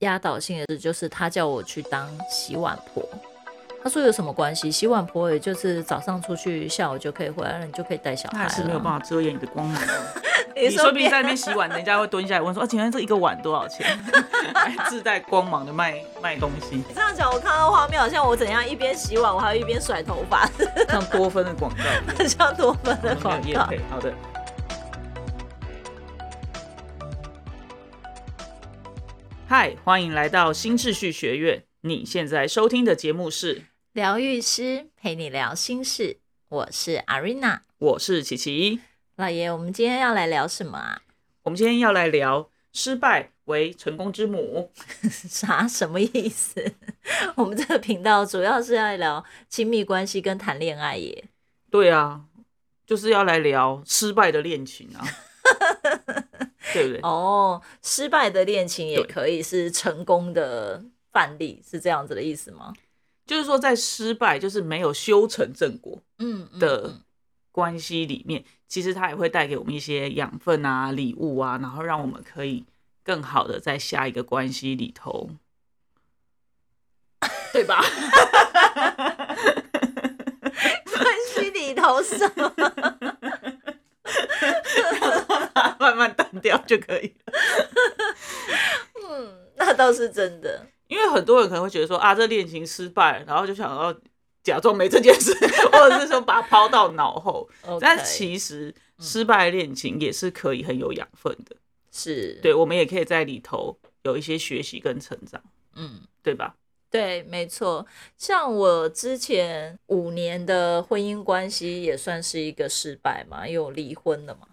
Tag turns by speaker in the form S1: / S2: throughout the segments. S1: 压倒性的就是他叫我去当洗碗婆。他说有什么关系？洗碗婆也就是早上出去，下午就可以回来了，你就可以带小
S2: 那
S1: 孩
S2: 还是没有
S1: 了。啊
S2: 办法遮掩你的光芒。
S1: 哎你
S2: 你说不
S1: 别
S2: 定在那边洗碗，人家会蹲下来问说：“哦，请问这一个碗多少钱？” 还自带光芒的卖卖东西，
S3: 这样讲，我看到画面好像我怎样一边洗碗，我还要一边甩头 发，
S2: 像多分的广告一样。
S3: 很像多芬的
S2: 没有
S3: 广
S2: 业
S3: 告。
S2: 配，好的。嗨，欢迎来到新秩序学院。你现在收听的节目是，
S1: 疗愈师陪你聊心事，我是 Arena
S2: 我是琪琪。
S1: 老爷。我们今天要来聊什么啊？
S2: 我们今天要来聊失败为成功之母。
S1: 啥什么意思？ 我们这个频道主要是要聊亲密关系跟谈恋爱耶。
S2: 对啊，就是要来聊失败的恋情 啊，对不对？
S1: 哦，失败的恋情也
S2: 对
S1: 可以是成功的范例，是这样子的意思吗？
S2: 就是说，在失败，就是没有修成正果
S1: 嗯嗯
S2: 的
S1: 嗯
S2: 关系里面，其实它也会带给我们一些养分啊、礼物啊，然后让我们可以更好的在下一个关系里头，对吧？
S1: 关系里头什么？
S2: 慢慢淡掉就可以了。
S1: 嗯， 那倒是真的。
S2: 因为很多人可能会觉得说啊，这恋情失败了，然后就想要假装没这件 事，或者是说把它抛到脑 后。但
S1: OK，
S2: 其实失败恋情也是可以很有养分的，
S1: 是
S2: 对我们也可以在里头有一些学习跟成长，
S1: 嗯。
S2: 对吧？
S1: 对，没错。像我之前五年的婚姻关系也算是一个失败嘛，因为我离婚了嘛，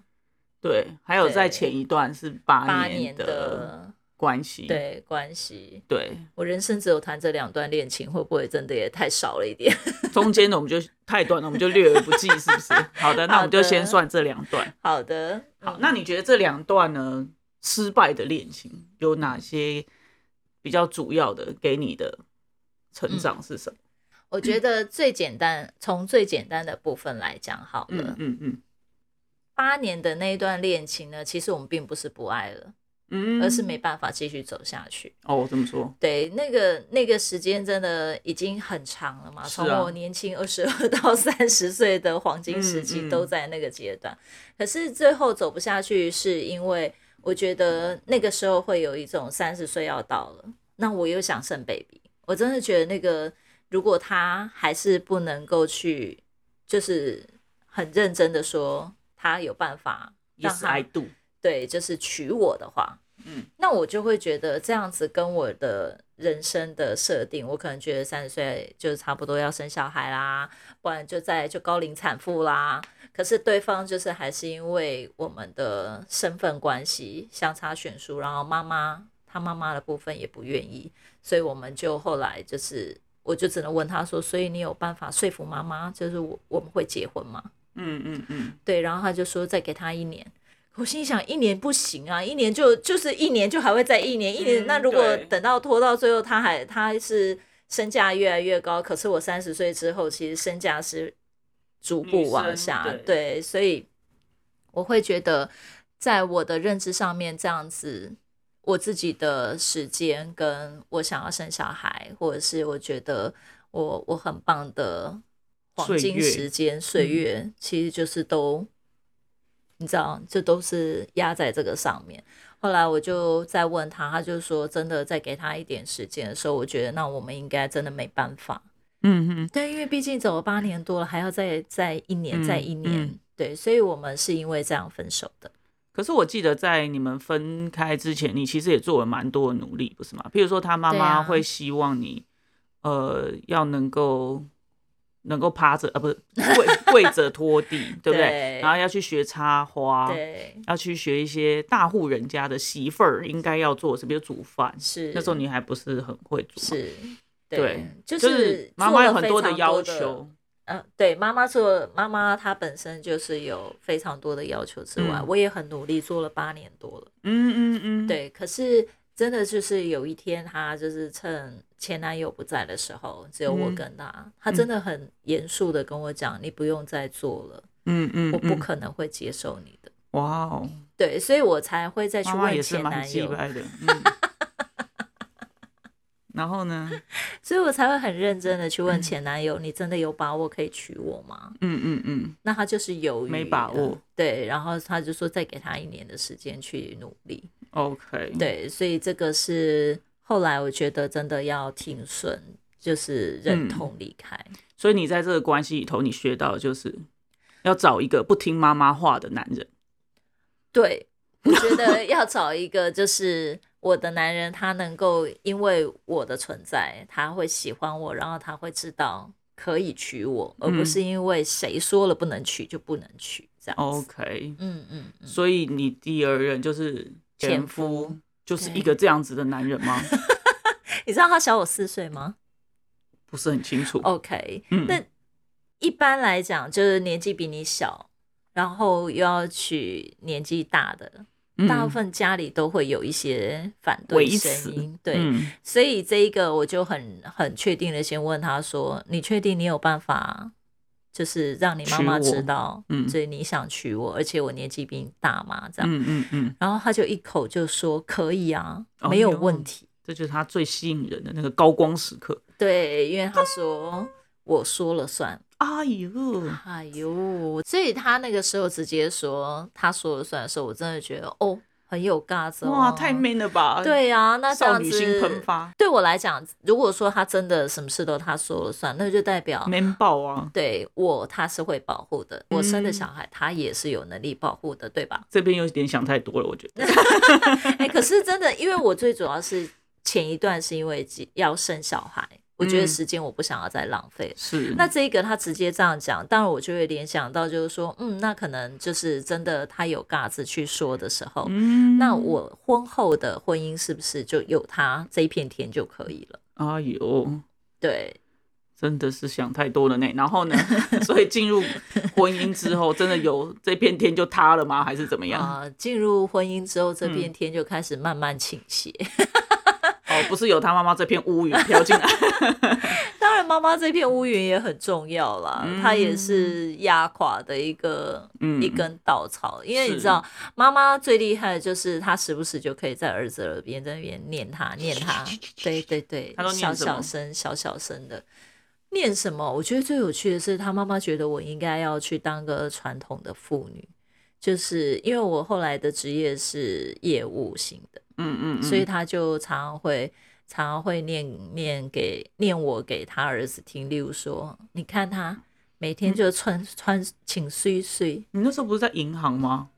S2: 对，还有
S1: 对
S2: 在前一段是
S1: 八
S2: 八
S1: 年
S2: 的
S1: 的
S2: 关系，
S1: 对关系，
S2: 对，
S1: 我人生只有谈这两段恋情，会不会真的也太少了一点？
S2: 中间的我们就太短了，我们就略而不计，是不是？好的，那我们就先算这两段。
S1: 好的，
S2: 好，那你觉得这两段呢，失败的恋情有
S1: 嗯
S2: 哪些比较主要的给你的
S1: 嗯
S2: 成长是什么？
S1: 我觉得最简单，从最简单的部分来讲好
S2: 嗯
S1: 了。
S2: 嗯嗯
S1: 八年的那一段恋情呢，其实我们并不是不爱了，
S2: 嗯，
S1: 而是没办法继续走下去。
S2: 哦，怎么说？
S1: 对，那个那个时间真的已经很长了嘛，
S2: 是
S1: 从
S2: 啊
S1: 我年轻二十二到三十岁的黄金时
S2: 嗯
S1: 期
S2: 嗯
S1: 都在那个阶段。可是最后走不下去，是因为我觉得那个时候会有一种三十岁要到了，那我又想生 baby，我真的觉得那个如果他还是不能够去，就是很认真的说他有办法让
S2: Yes,
S1: 他
S2: I do。
S1: 对，就是娶我的话，
S2: 嗯，
S1: 那我就会觉得这样子跟我的人生的设定，我可能觉得三十岁就是差不多要生小孩啦，不然就在就高龄产妇啦。可是对方就是还是因为我们的身份关系相差悬殊，然后妈妈她妈妈的部分也不愿意，所以我们就后来就是。我就只能问他说：“所以你有办法说服妈妈，就是我我们会结婚吗？”
S2: 嗯嗯嗯，
S1: 对，然后他就说再给他一年。我心想一年不行啊，一年就就是一年就还会再一年一年。
S2: 嗯
S1: 那如果
S2: 对
S1: 等到拖到最后，他还他是身价越来越高，可是我三十岁之后，其实身价是逐
S2: 女
S1: 步
S2: 生
S1: 往下，
S2: 对
S1: 对，所以我会觉得在我的认知上面这样子。我自己的时间，跟我想要生小孩，或者是我觉得我我很棒的黄
S2: 岁
S1: 金
S2: 月
S1: 时间
S2: 嗯
S1: 岁月，其实就是都，你知道，就都是压在这个上面。后来我就再问他，他就说真的，再给他一点时间的时候，我觉得那我们应该真的没办法。
S2: 嗯嗯，
S1: 对，因为毕竟走了八年多了，还要再再一年，
S2: 嗯
S1: 再一年。
S2: 嗯
S1: 对，所以我们是因为这样分手的。
S2: 可是我记得在你们分开之前，你其实也做了蛮多的努力，不是吗？譬如说，他妈
S1: 对
S2: 妈
S1: 啊
S2: 会希望你，呃，要能够能够趴着，呃，不是跪跪着拖地，对不对？
S1: 对
S2: 然后要去学插花，
S1: 对，
S2: 要去学一些大户人家的媳妇儿应该要做的事，比如煮饭。
S1: 是
S2: 那时候你还不是很会煮嘛，
S1: 是，
S2: 对，
S1: 就
S2: 就是
S1: 是
S2: 妈
S1: 做
S2: 妈
S1: 了
S2: 有很
S1: 非
S2: 多的
S1: 常
S2: 要求，
S1: 呃，对，妈妈除了妈妈她本身就是有非常多的要求之外，
S2: 嗯
S1: 我也很努力做了八年多了。
S2: 嗯嗯嗯，，
S1: 对，可是真的就是有一天，她就是趁前男友不在的时候，只有我
S2: 嗯
S1: 跟她，她真的很严肃的跟我讲：“你不用再做了，
S2: 嗯嗯，
S1: 我不
S2: 嗯，
S1: 可能会接受你的。
S2: 哇哦，
S1: 对，所以我才会再去
S2: 妈妈
S1: 问
S2: 也是
S1: 前
S2: 蛮
S1: 男
S2: 鸡
S1: 友。
S2: 掰的，嗯，然后呢，
S1: 所以我才会很认真的去问前男友：“你真的有把握可以娶我吗
S2: 嗯嗯嗯？”，
S1: 那他就是犹豫，
S2: 没把握。
S1: 对，然后他就说再给他一年的时间去努力。
S2: ，OK，，
S1: 对，所以这个是后来我觉得真的要听顺，就是忍
S2: 嗯
S1: 痛离开。
S2: 所以你在这个关系里头，你学到的就是要找一个不听妈妈话的男人。
S1: 对，我觉得要找一个就是我的男人，他能够因为我的存在，他会喜欢我，然后他会知道可以娶我，而不
S2: 嗯哦
S1: 是因为谁说了不能娶就不能娶这样子。
S2: OK，
S1: 嗯嗯嗯，
S2: 所以你第二任就是前
S1: 前
S2: 夫
S1: 夫，
S2: 就是
S1: 对
S2: 一个这样子的男人 吗？
S1: 你知道他小我四岁吗
S2: 不是很清楚。
S1: 哦？OK，
S2: 嗯
S1: 那一般来讲就是年纪比你小，然后又要娶年纪大的，
S2: 嗯
S1: 大部分家里都会有一些反
S2: 维
S1: 对
S2: 持
S1: 声音，对，
S2: 嗯
S1: 所以这一个我就很很确定的先问他说：“你确定你有办法，就是让你妈妈
S2: 娶我
S1: 知道，
S2: 嗯
S1: 所以你想娶我，而且我年纪比你大嘛，这样。
S2: 嗯嗯嗯，
S1: 然后他就一口就说：“可以啊，
S2: 哦
S1: 没有
S2: 哟
S1: 问题。
S2: 这就是他最吸引人的那个高光时刻。
S1: 对，因为他说我说了算。
S2: 哎呦，
S1: 哎呦，所以他那个时候直接说他说了算的时候，我真的觉得哦，很有 guts 哦。
S2: 哇，太 man 了吧？，
S1: 对啊，那这
S2: 少
S1: 样
S2: 女
S1: 子
S2: 心喷发
S1: 对我来讲，如果说他真的什么事都他说了算，那就代表
S2: ，man 爆啊！
S1: 对我他是会保护的。我生的
S2: 嗯？
S1: 小孩他也是有能力保护的，对吧
S2: 这边有点想太多了，我觉得。
S1: 哎、可是真的，因为我最主要是前一段是因为要生小孩，我觉得
S2: 嗯
S1: 时间我不想要再浪费。
S2: 是，
S1: 那这一个他直接这样讲，当然我就会联想到，就是说，嗯，那可能就是真的他有尬子去说的时候，
S2: 嗯
S1: 那我婚后的婚姻是不是就有他这一片天就可以了？
S2: 哎呦，
S1: 对，
S2: 真的是想太多了呢。然后呢，所以进入婚姻之后，真的有这片天就塌了吗？还是怎么样？
S1: 啊、进入婚姻之后，这片天就开始慢慢倾斜。
S2: 哦，不是有他妈妈这片乌云飘进来，
S1: 当然，妈妈这片乌云也很重要啦，
S2: 嗯
S1: 她也是压垮的一个、
S2: 嗯
S1: 一根稻草。因为
S2: 是
S1: 你知道，妈妈最厉害的就是她时不时就可以在儿子耳边在那边念他念他，对对对
S2: 她都，念
S1: 小
S2: 什么
S1: 小声小小声的。念什么？我觉得最有趣的是，她妈妈觉得我应该要去当个传统的妇女，就是因为我后来的职业是业务型的，
S2: 嗯嗯，嗯
S1: 所以他就常常会常常会念念给念我给他儿子听，例如说，你看他每
S2: 嗯
S1: 天就穿、穿请睡睡，
S2: 你那时候不是在银行吗？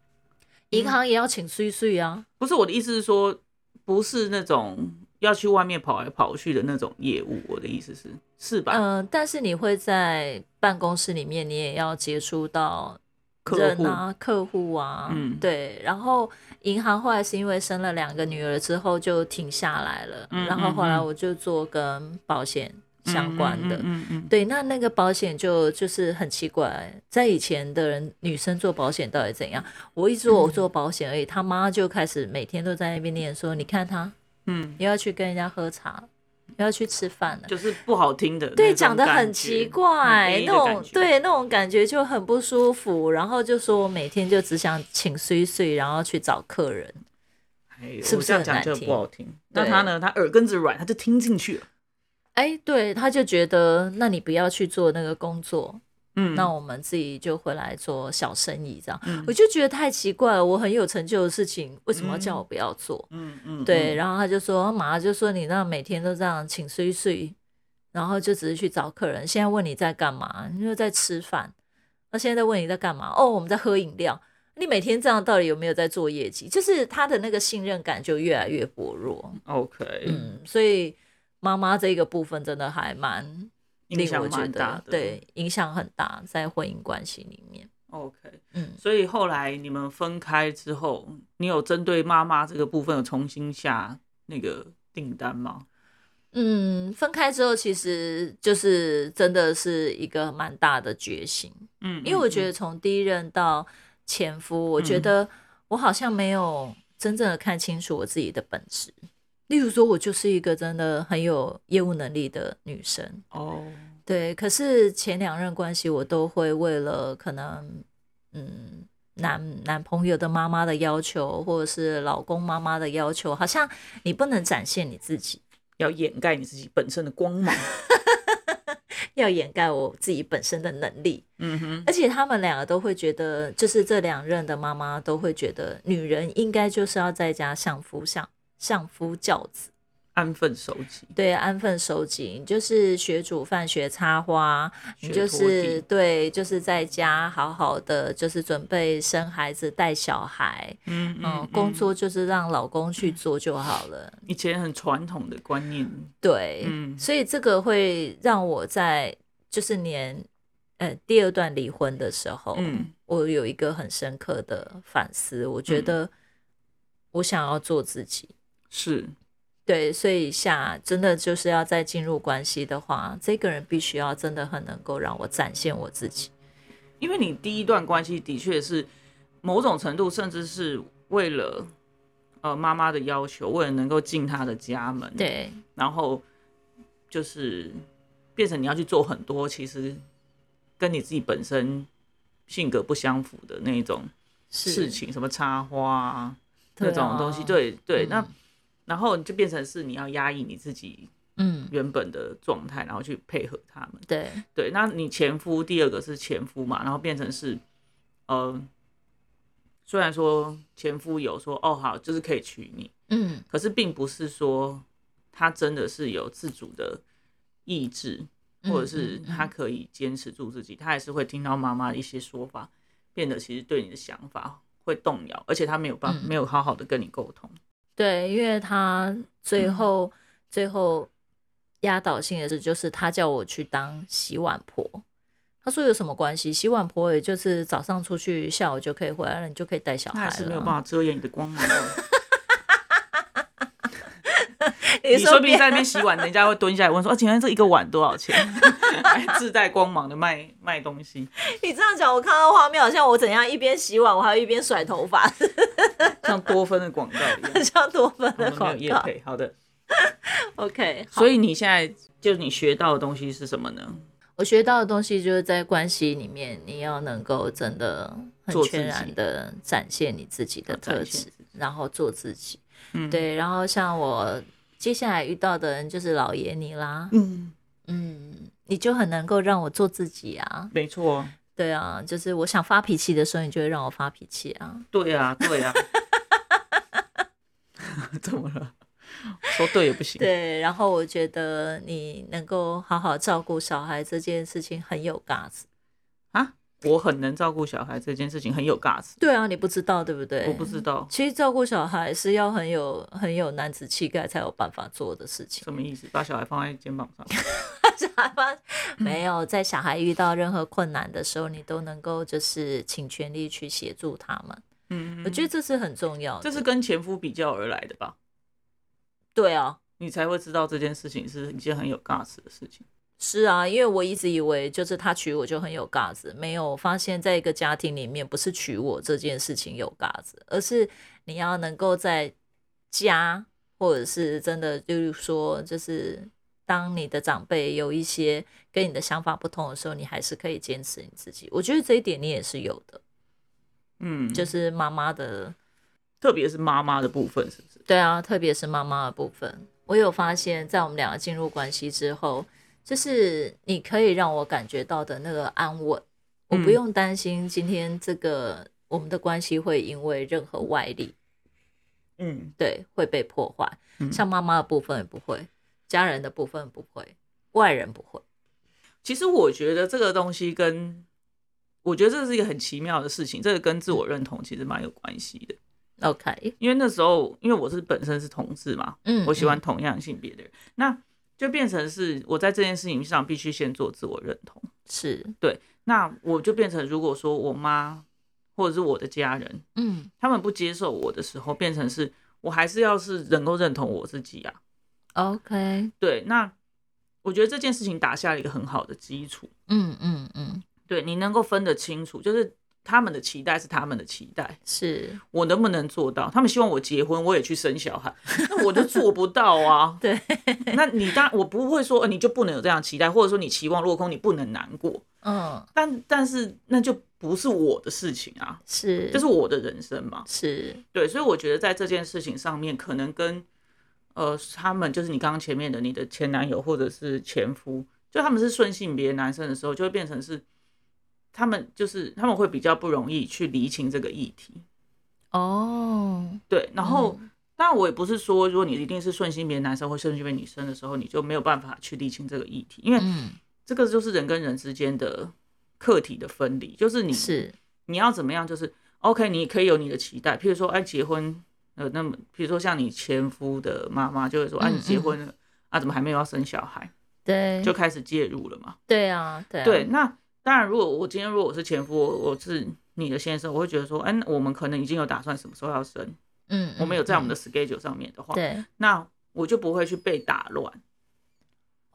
S1: 银行也要请睡睡啊，
S2: 不是我的意思是说，不是那种要去外面跑来跑去的那种业务。我的意思是，是吧？
S1: 嗯、但是你会在办公室里面，你也要接触到。
S2: 客
S1: 人
S2: 户
S1: 啊，客户啊，
S2: 嗯
S1: 对。然后银行后来是因为生了两个女儿之后就停下来了，
S2: 嗯
S1: 然后后
S2: 嗯
S1: 来
S2: 嗯
S1: 我就做跟保险相关的，
S2: 嗯嗯嗯嗯
S1: 对，那那个保险就就是很奇怪，在以前的人，女生做保险到底怎样？我一做我
S2: 嗯
S1: 做保险而已，他妈就开始每天都在那边念说，你看他
S2: 嗯，
S1: 又要去跟人家喝茶，又要去吃饭啊了。
S2: 就是不好听的那种感
S1: 对，
S2: 觉，
S1: 讲的很奇怪，
S2: 很 A
S1: 那
S2: 的感
S1: 种
S2: 觉，
S1: 对那种感觉就很不舒服。然后就说我每天就只想请碎碎，然后去找客人。
S2: 哎呦
S1: 是不
S2: 我
S1: 是
S2: 这样
S1: 很
S2: 讲
S1: 难
S2: 就
S1: 听
S2: 不好听？那
S1: 对
S2: 他呢？他耳根子软，他就听进去了。
S1: 哎，对，他就觉得那你不要去做那个工作，
S2: 嗯，
S1: 那我们自己就回来做小生意这样。
S2: 嗯
S1: 我就觉得太奇怪了，我很有成就的事情，为什么要叫我不要做？
S2: 嗯嗯，
S1: 对，
S2: 嗯，
S1: 然后他就说，马上就说你那每天都这样请睡睡，然后就只是去找客人。现在问你在干嘛，你就在吃饭。那现在在问你在干嘛？哦，我们在喝饮料。你每天这样到底有没有在做业绩？就是他的那个信任感就越来越薄弱。
S2: OK，
S1: 嗯，所以妈妈这个部分真的还蛮
S2: 影
S1: 令我
S2: 响
S1: 觉
S2: 蛮大
S1: 得
S2: 的。
S1: 对影响很大，在婚姻关系里面。
S2: ，OK。
S1: 嗯，
S2: 所以后来你们分开之后，你有针对妈妈这个部分有重新下那个订单吗？
S1: 嗯，分开之后，其实就是真的是一个蛮大的决心，
S2: 嗯，
S1: 因为我觉
S2: 得。
S1: 得从第一任到前夫，我觉
S2: 嗯
S1: 得我好像没有真正的看清楚我自己的本质。例如说，我就是一个真的很有业务能力的女生，
S2: 哦，
S1: 对。可是前两任关系，我都会为了可能，嗯，男男朋友的妈妈的要求，或者是老公妈妈的要求，好像你不能展现你自己。
S2: 要掩盖你自己本身的光 芒。
S1: 要掩盖我自己本身的能力。
S2: 嗯哼，
S1: 而且他们两个都会觉得，就是这两任的妈妈都会觉得，女人应该就是要在家相夫相相夫教子，
S2: 安分守己，
S1: 对，安分守己，你就是学煮饭、学插花，你
S2: 学
S1: 就
S2: 拖
S1: 是
S2: 地
S1: 对，就是在家好好的，就是准备生孩子、带小孩，
S2: 嗯嗯
S1: 嗯，工作就是让老公去做就好了，
S2: 以前很传统的观念，
S1: 对，
S2: 嗯
S1: 所以这个会让我在就是年呃第二段离婚的时候，
S2: 嗯
S1: 我有一个很深刻的反思，我觉得我想要做自己。
S2: 是
S1: 对，所以下真的就是要再进入关系的话，这个人必须要真的很能够让我展现我自己。
S2: 因为你第一段关系的确是某种程度，甚至是为了呃妈妈的要求，为了能够进她的家门，，
S1: 对，
S2: 然后就是变成你要去做很多，其实跟你自己本身性格不相符的那种
S1: 是
S2: 事情，什么插花啊
S1: 对
S2: 那
S1: 啊
S2: 种东西，对对，
S1: 嗯
S2: 那然后你就变成是你要压抑你自己
S1: 嗯，
S2: 原本的状态，然后去配合他们。
S1: 对，
S2: 对，那你前夫第二个是前夫嘛，然后变成是，呃，虽然说前夫有说哦好，就是可以娶你，
S1: 嗯，
S2: 可是并不是说他真的是有自主的意志，或者是
S1: 嗯嗯嗯
S2: 他可以坚持住自己，他还是会听到妈妈的一些说法，变得其实对你的想法会动摇，而且他没有办
S1: 嗯
S2: 没有好好的跟你沟通，
S1: 对，因为他最后、最后压倒性的是，就是他叫我去当洗碗婆。他说有什么关系？洗碗婆也就是早上出去，下午就可以回来了，你就可以带小
S2: 那
S1: 孩
S2: 还是没有
S1: 了。
S2: 办法遮掩你的光芒。
S1: 你
S2: 你说不定
S1: 别
S2: 在那边洗碗，人家会蹲下来问说：“啊，请问这一个碗多少钱？” 还自带光芒的卖卖东西，
S3: 你这样讲，我看到画面好像我怎样一边洗碗，我还一边甩头发，
S2: 像多分的广告一 样。
S3: 像多芬
S2: 我
S3: 的
S2: 哦们没有
S3: 广
S2: 业
S3: 告。
S2: 配，好的。
S3: OK，
S2: 所以你现在就是你学到的东西是什么呢？
S1: 我学到的东西就是在关系里面，你要能够真的很
S2: 做自己哦
S1: 全然的展现你自己的特
S2: 展现
S1: 质
S2: 自己，
S1: 然后做自己。
S2: 嗯
S1: 对，然后像我接下来遇到的人就是老爷你啦，
S2: 嗯，
S1: 嗯，你就很能够让我做自己啊。
S2: 没错啊，
S1: 对啊，就是我想发脾气的时候，你就会让我发脾气啊。
S2: 对啊，对啊。 怎么了？说对也不 行。
S1: 对，然后我觉得你能够好好照顾小孩这件事情很有 guts。
S2: 啊，我很能照顾小孩这件事情很有 gas，
S1: 对啊，你不知道对不对？
S2: 我不知道
S1: 其实照顾小孩是要很有很有男子气概才有办法做的事情。
S2: 什么意思，把小孩放在肩膀上。
S1: 小孩
S2: 嗯
S1: 发没有在小孩遇到任何困难的时候，你都能够就是请全力去协助他们。
S2: 嗯，
S1: 我觉得这是很重要的。
S2: 这是跟前夫比较而来的吧？
S1: 对啊，
S2: 你才会知道这件事情是一件很有 gas 的事情。
S1: 是啊，因为我一直以为就是他娶我就很有嘎子，没有发现在一个家庭里面，不是娶我这件事情有嘎子，而是你要能够在家，或者是真的就是说，就是当你的长辈有一些跟你的想法不同的时候，你还是可以坚持你自己。我觉得这一点你也是有的，
S2: 嗯，
S1: 就是妈妈的，
S2: 特别是妈妈的部分，是不是？
S1: 对啊，特别是妈妈的部分，我有发现，在我们两个进入关系之后，就是你可以让我感觉到的那个安稳，我不
S2: 嗯
S1: 用担心今天这个我们的关系会因为任何外力
S2: 嗯，
S1: 对会被破坏。
S2: 嗯
S1: 像妈妈的部分也不会，家人的部分不会，外人不会。
S2: 其实我觉得这个东西跟，我觉得这是一个很奇妙的事情，这个跟自我认同其实蛮有关系的。
S1: OK，
S2: 因为那时候，因为我是本身是同志嘛，
S1: 嗯，
S2: 我喜欢
S1: 嗯
S2: 同样性别的人，那就变成是我在这件事情上必须先做自我认同。
S1: 是，
S2: 那我就变成，如果说我妈或者是我的家人，
S1: 嗯，
S2: 他们不接受我的时候，变成是我还是要是能够认同我自己啊。
S1: OK，
S2: 对，那我觉得这件事情打下了一个很好的基础。
S1: 嗯嗯嗯，
S2: 对你能够分得清楚，就是他们的期待是他们的期待，
S1: 是。
S2: 我能不能做到？他们希望我结婚，我也去生小孩，那我就做不到啊
S1: 对，
S2: 那你当我不会说、呃你就不能有这样的期待，或者说你期望落空，你不能难过。
S1: 嗯
S2: 但但是那就不是我的事情啊，
S1: 是，
S2: 这是我的人生嘛。
S1: 是
S2: 对，所以我觉得在这件事情上面，可能跟呃，他们就是你刚刚前面的你的前男友或者是前夫，就他们是顺性别男生的时候，就会变成是他们就是他们会比较不容易去厘清这个议题。
S1: 哦，
S2: 对，然后、当然我也不是说如果你一定是顺性别男生或顺性别女生的时候，你就没有办法去厘清这个议题，因为
S1: 嗯，
S2: 这个就是人跟人之间的课题的分离，就是你
S1: 是，
S2: 你要怎么样，就是 OK，你可以有你的期待，譬如说，哎，结婚，呃，那么比如说像你前夫的妈妈就会说，哎、啊，
S1: 嗯
S2: 你结婚了，啊，怎么还没有要生小孩，
S1: 对，
S2: 就开始介入了嘛。
S1: 对啊，对啊，
S2: 对，那当然，如果我今天如果我是前夫，我我是你的先生，我会觉得说，哎、那我们可能已经有打算什么时候要生，
S1: 嗯，
S2: 我们有在我们
S1: 的
S2: 的 schedule 上面的话，
S1: 对，
S2: 那我就不会去被打乱。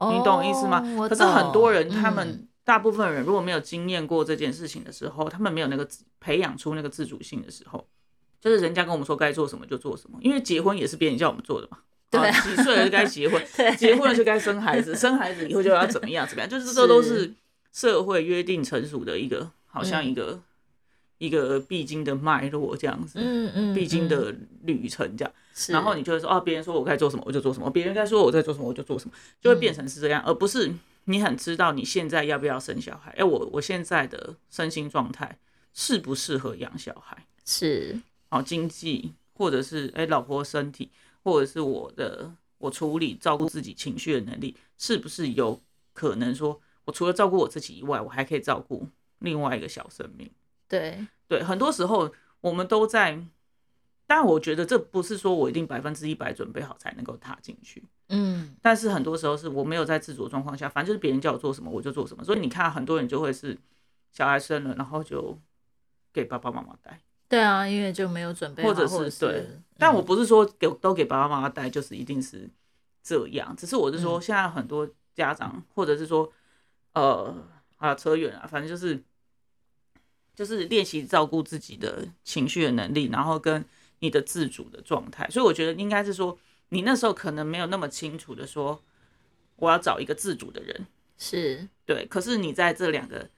S1: 你
S2: 你懂我意思吗？
S1: 哦
S2: 可是很多人他
S1: 嗯
S2: 们大部分人如果没有经验过这件事情的时候，他们没有那个自培养出那个自主性的时候，就是人家跟我们说该做什么就做什么，因为结婚也是别人叫我们做的嘛。
S1: 对
S2: 啊几岁了就该结婚
S1: 对，
S2: 结婚了就该生孩子，生孩子以后就要怎么样怎么样，就是这都是社会约定成熟的一个，好
S1: 嗯
S2: 像一个、一个必经的脉络这样子，
S1: 嗯嗯
S2: 必经，
S1: 嗯
S2: 的旅程这样。
S1: 是
S2: 然后你就会说，哦，别人说我该做什么我就做什么，别人该说我在做什么我就做什么，就会变成是这样，而不是你很知道你现在要不要生小孩，哎、我我现在的身心状态适不适合养小孩，
S1: 是
S2: 哦，经济或者是哎、老婆身体，或者是我的我处理照顾自己情绪的能力，是不是有可能说我除了照顾我自己以外，我还可以照顾另外一个小生命？
S1: 对，
S2: 对，很多时候我们都在，但我觉得这不是说我一定百分之一百准备好才能够踏进去，
S1: 嗯，
S2: 但是很多时候是我没有在自主的状况下，反正就是别人叫我做什么我就做什么，所以你看啊很多人就会是小孩生了，然后就给爸爸妈妈带，
S1: 对啊，因为就没有准备好，
S2: 或
S1: 或嗯
S2: 者是对，但我不是说给都给爸爸妈妈带就是一定是这样，只是我是说
S1: 嗯
S2: 现在很多家长或者是说呃啊扯远了，反正就是就是练习照顾自己的情绪的能力，然后跟你的自主的状态，所以我觉得应该是说你那时候可能没有那么清楚的说我要找一个自主的人，
S1: 是
S2: 对，可是你在这两个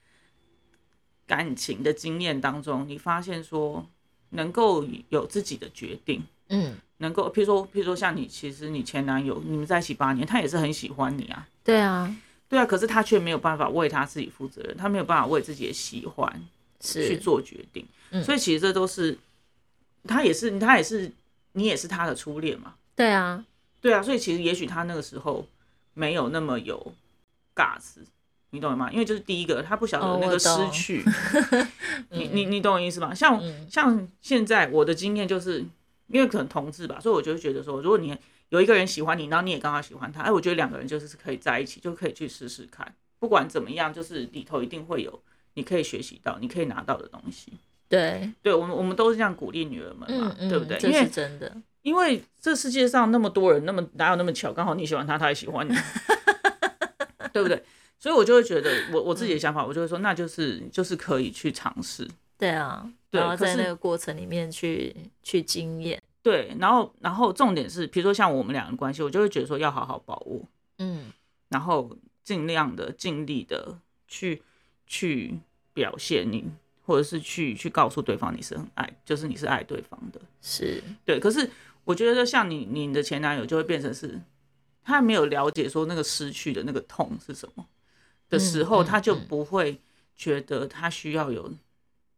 S2: 感情的经验当中，你发现说能够有自己的决定，
S1: 嗯，
S2: 能够，譬如说，譬如说像你，其实你前男友，你们在一起八年，他也是很喜欢你啊，
S1: 对啊，
S2: 对啊，可是他却没有办法为他自己负责任，他没有办法为自己的喜欢去
S1: 是
S2: 做决定，
S1: 嗯
S2: 所以其实这都是他也是他也是你也是他的初恋嘛，
S1: 对啊，
S2: 对啊，所以其实也许他那个时候没有那么有 guts，你懂吗？因为就是第一个，他不晓
S1: 哦
S2: 得那
S1: 我
S2: 个失
S1: 懂
S2: 去， 你你你懂我意思吗？像、
S1: 嗯
S2: 像现在我的经验就是，因为可能同志吧，所以我就会觉得说，如果你有一个人喜欢你，然后你也刚好喜欢他，哎，我觉得两个人就是可以在一起，就可以去试试看，不管怎么样，就是里头一定会有你可以学习到、你可以拿到的东西。
S1: 对，
S2: 对我们，我们都是这样鼓励女儿们嘛
S1: 嗯，嗯，
S2: 对不对？
S1: 这
S2: 因
S1: 是
S2: 为
S1: 真的，
S2: 因为这世界上那么多人，那么哪有那么巧，刚好你喜欢他，他也喜欢你，对不对？所以我就会觉得，我我自己的想法，我就会说，那就是就是可以去尝试，
S1: 对啊，
S2: 对
S1: 然后
S2: 可
S1: 在
S2: 是
S1: 那个过程里面去去经验，
S2: 对。然后然后重点是，比如说像我们两个人关系，我就会觉得说要好好把握，
S1: 嗯，
S2: 然后尽量的尽力的去去表现你，或者是去去告诉对方你是很爱，就是你是爱对方的。
S1: 是
S2: 对，可是我觉得像你你的前男友就会变成是，他没有了解说那个失去的那个痛是什么的时
S1: 嗯
S2: 候，
S1: 嗯
S2: 他就
S1: 嗯
S2: 不会觉得他需要有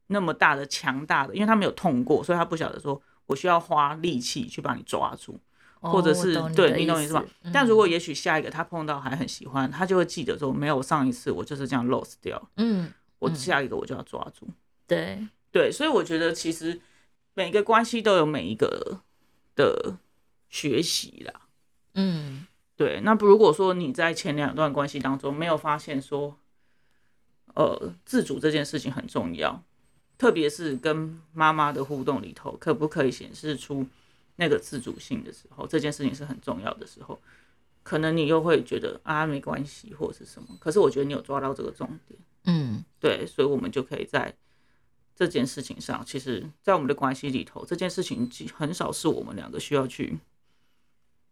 S2: 那么大的强大的，因为他没有痛过，所以他不晓得说我需要花力气去把你抓住，
S1: 哦
S2: 或者是、对哦你懂我意思吗？嗯但
S1: 嗯
S2: 如果也许下一个他碰到还很喜欢，他就会记得说没有上一次我就是这样 lost 掉，
S1: 嗯，
S2: 我
S1: 嗯
S2: 下一个我就要抓住。
S1: 对，
S2: 对，所以我觉得其实每个关系都有每一个的学习啦。
S1: 嗯，
S2: 对，那如果说你在前两段关系当中没有发现说，呃，自主这件事情很重要，特别是跟妈妈的互动里头，可不可以显示出那个自主性的时候，这件事情是很重要的时候，可能你又会觉得啊没关系或是什么，可是我觉得你有抓到这个重点。
S1: 嗯，
S2: 对，所以我们就可以在这件事情上，其实，在我们的关系里头，这件事情其很少是我们两个需要去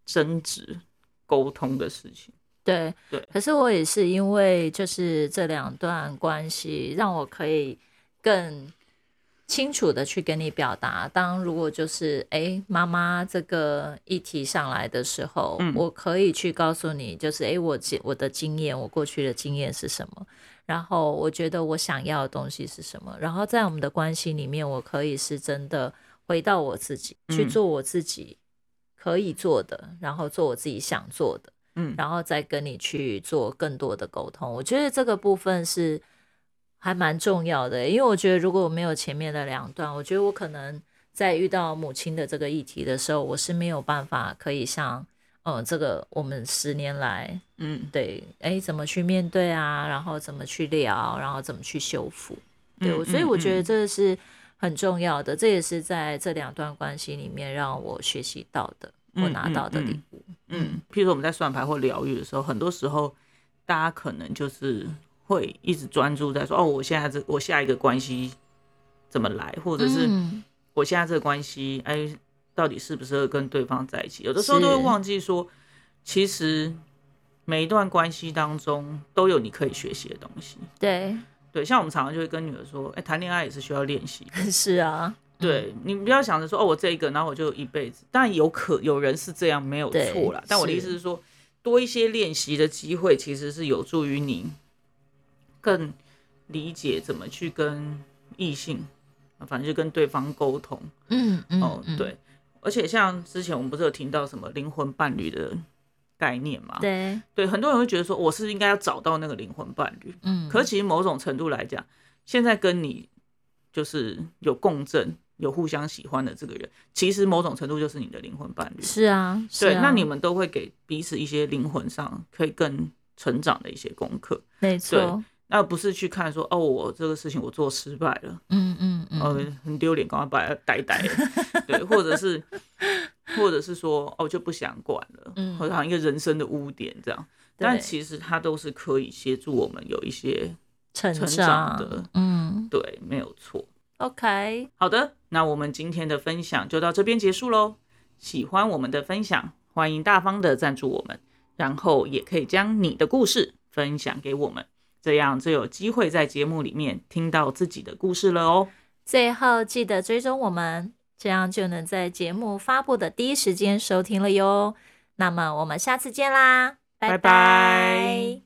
S2: 争执、沟通的事情。
S1: 对，
S2: 对
S1: 可是我也是因为就是这两段关系，让我可以更清楚的去跟你表达。当如果就是哎妈妈这个议题上来的时候，
S2: 嗯
S1: 我可以去告诉你，就是哎我经我的经验，我过去的经验是什么，然后我觉得我想要的东西是什么，然后在我们的关系里面，我可以是真的回到我自己，去
S2: 嗯
S1: 做我自己可以做的，然后做我自己想做的。
S2: 嗯，
S1: 然后再跟你去做更多的沟通。我觉得这个部分是还蛮重要的，因为我觉得如果我没有前面的两段，我觉得我可能在遇到母亲的这个议题的时候，我是没有办法可以像。嗯，这个我们十年来
S2: 嗯
S1: 对，哎，怎么去面对啊？然后怎么去聊？然后怎么去修复？对，
S2: 嗯
S1: 我所以我觉得
S2: 嗯嗯
S1: 这是很重要的，这也是在这两段关系里面让我学习到的，我
S2: 嗯
S1: 拿
S2: 嗯
S1: 到的
S2: 嗯
S1: 礼物。
S2: 嗯，譬如说我们在算牌或疗愈的时候，很多时候大家可能就是会一直专注在说，哦，我现在这我下一个关系怎么来，或者是
S1: 嗯
S2: 我现在这个关系，哎，到底适不适合跟对方在一起？有的时候都会
S1: 是
S2: 忘记说，其实每一段关系当中都有你可以学习的东西。
S1: 对，
S2: 对，像我们常常就会跟女儿说，哎，谈恋爱也是需要 练习的。
S1: 是啊，
S2: 对你不要想着说哦，我这一个，然后我就一辈子。但有可有人是这样没有
S1: 对
S2: 错啦。但我的意思
S1: 是
S2: 是说，多一些练习的机会，其实是有助于你更理解怎么去跟异性，反正就跟对方沟通。
S1: 嗯嗯，
S2: 哦，
S1: 嗯，
S2: 对。而且像之前我们不是有听到什么灵魂伴侣的概念嘛？
S1: 对，
S2: 对，很多人会觉得说，我是应该要找到那个灵魂伴侣。
S1: 嗯，
S2: 可其实某种程度来讲，现在跟你就是有共振、有互相喜欢的这个人，其实某种程度就是你的灵魂伴侣。
S1: 是啊，是
S2: 对，那
S1: 啊
S2: 你们都会给彼此一些灵魂上可以更成长的一些功课，
S1: 没错，
S2: 那不是去看说哦，我这个事情我做失败了，
S1: 嗯嗯嗯，
S2: 呃，很丢脸，赶快把它呆呆了，对，或者是，或者是说哦，就不想管了，
S1: 嗯
S2: 好像一个人生的污点这样。但其实它都是可以协助我们有一些
S1: 成
S2: 成
S1: 长
S2: 长的
S1: 嗯
S2: 对，没有错。
S1: ，OK，
S2: 好的，那我们今天的分享就到这边结束喽。喜欢我们的分享，欢迎大方的赞助我们，然后也可以将你的故事分享给我们，这样就有机会在节目里面听到自己的故事了哦。
S1: 最后记得追踪我们，这样就能在节目发布的第一时间收听了哟。那么我们下次见啦，
S2: 拜拜
S1: 拜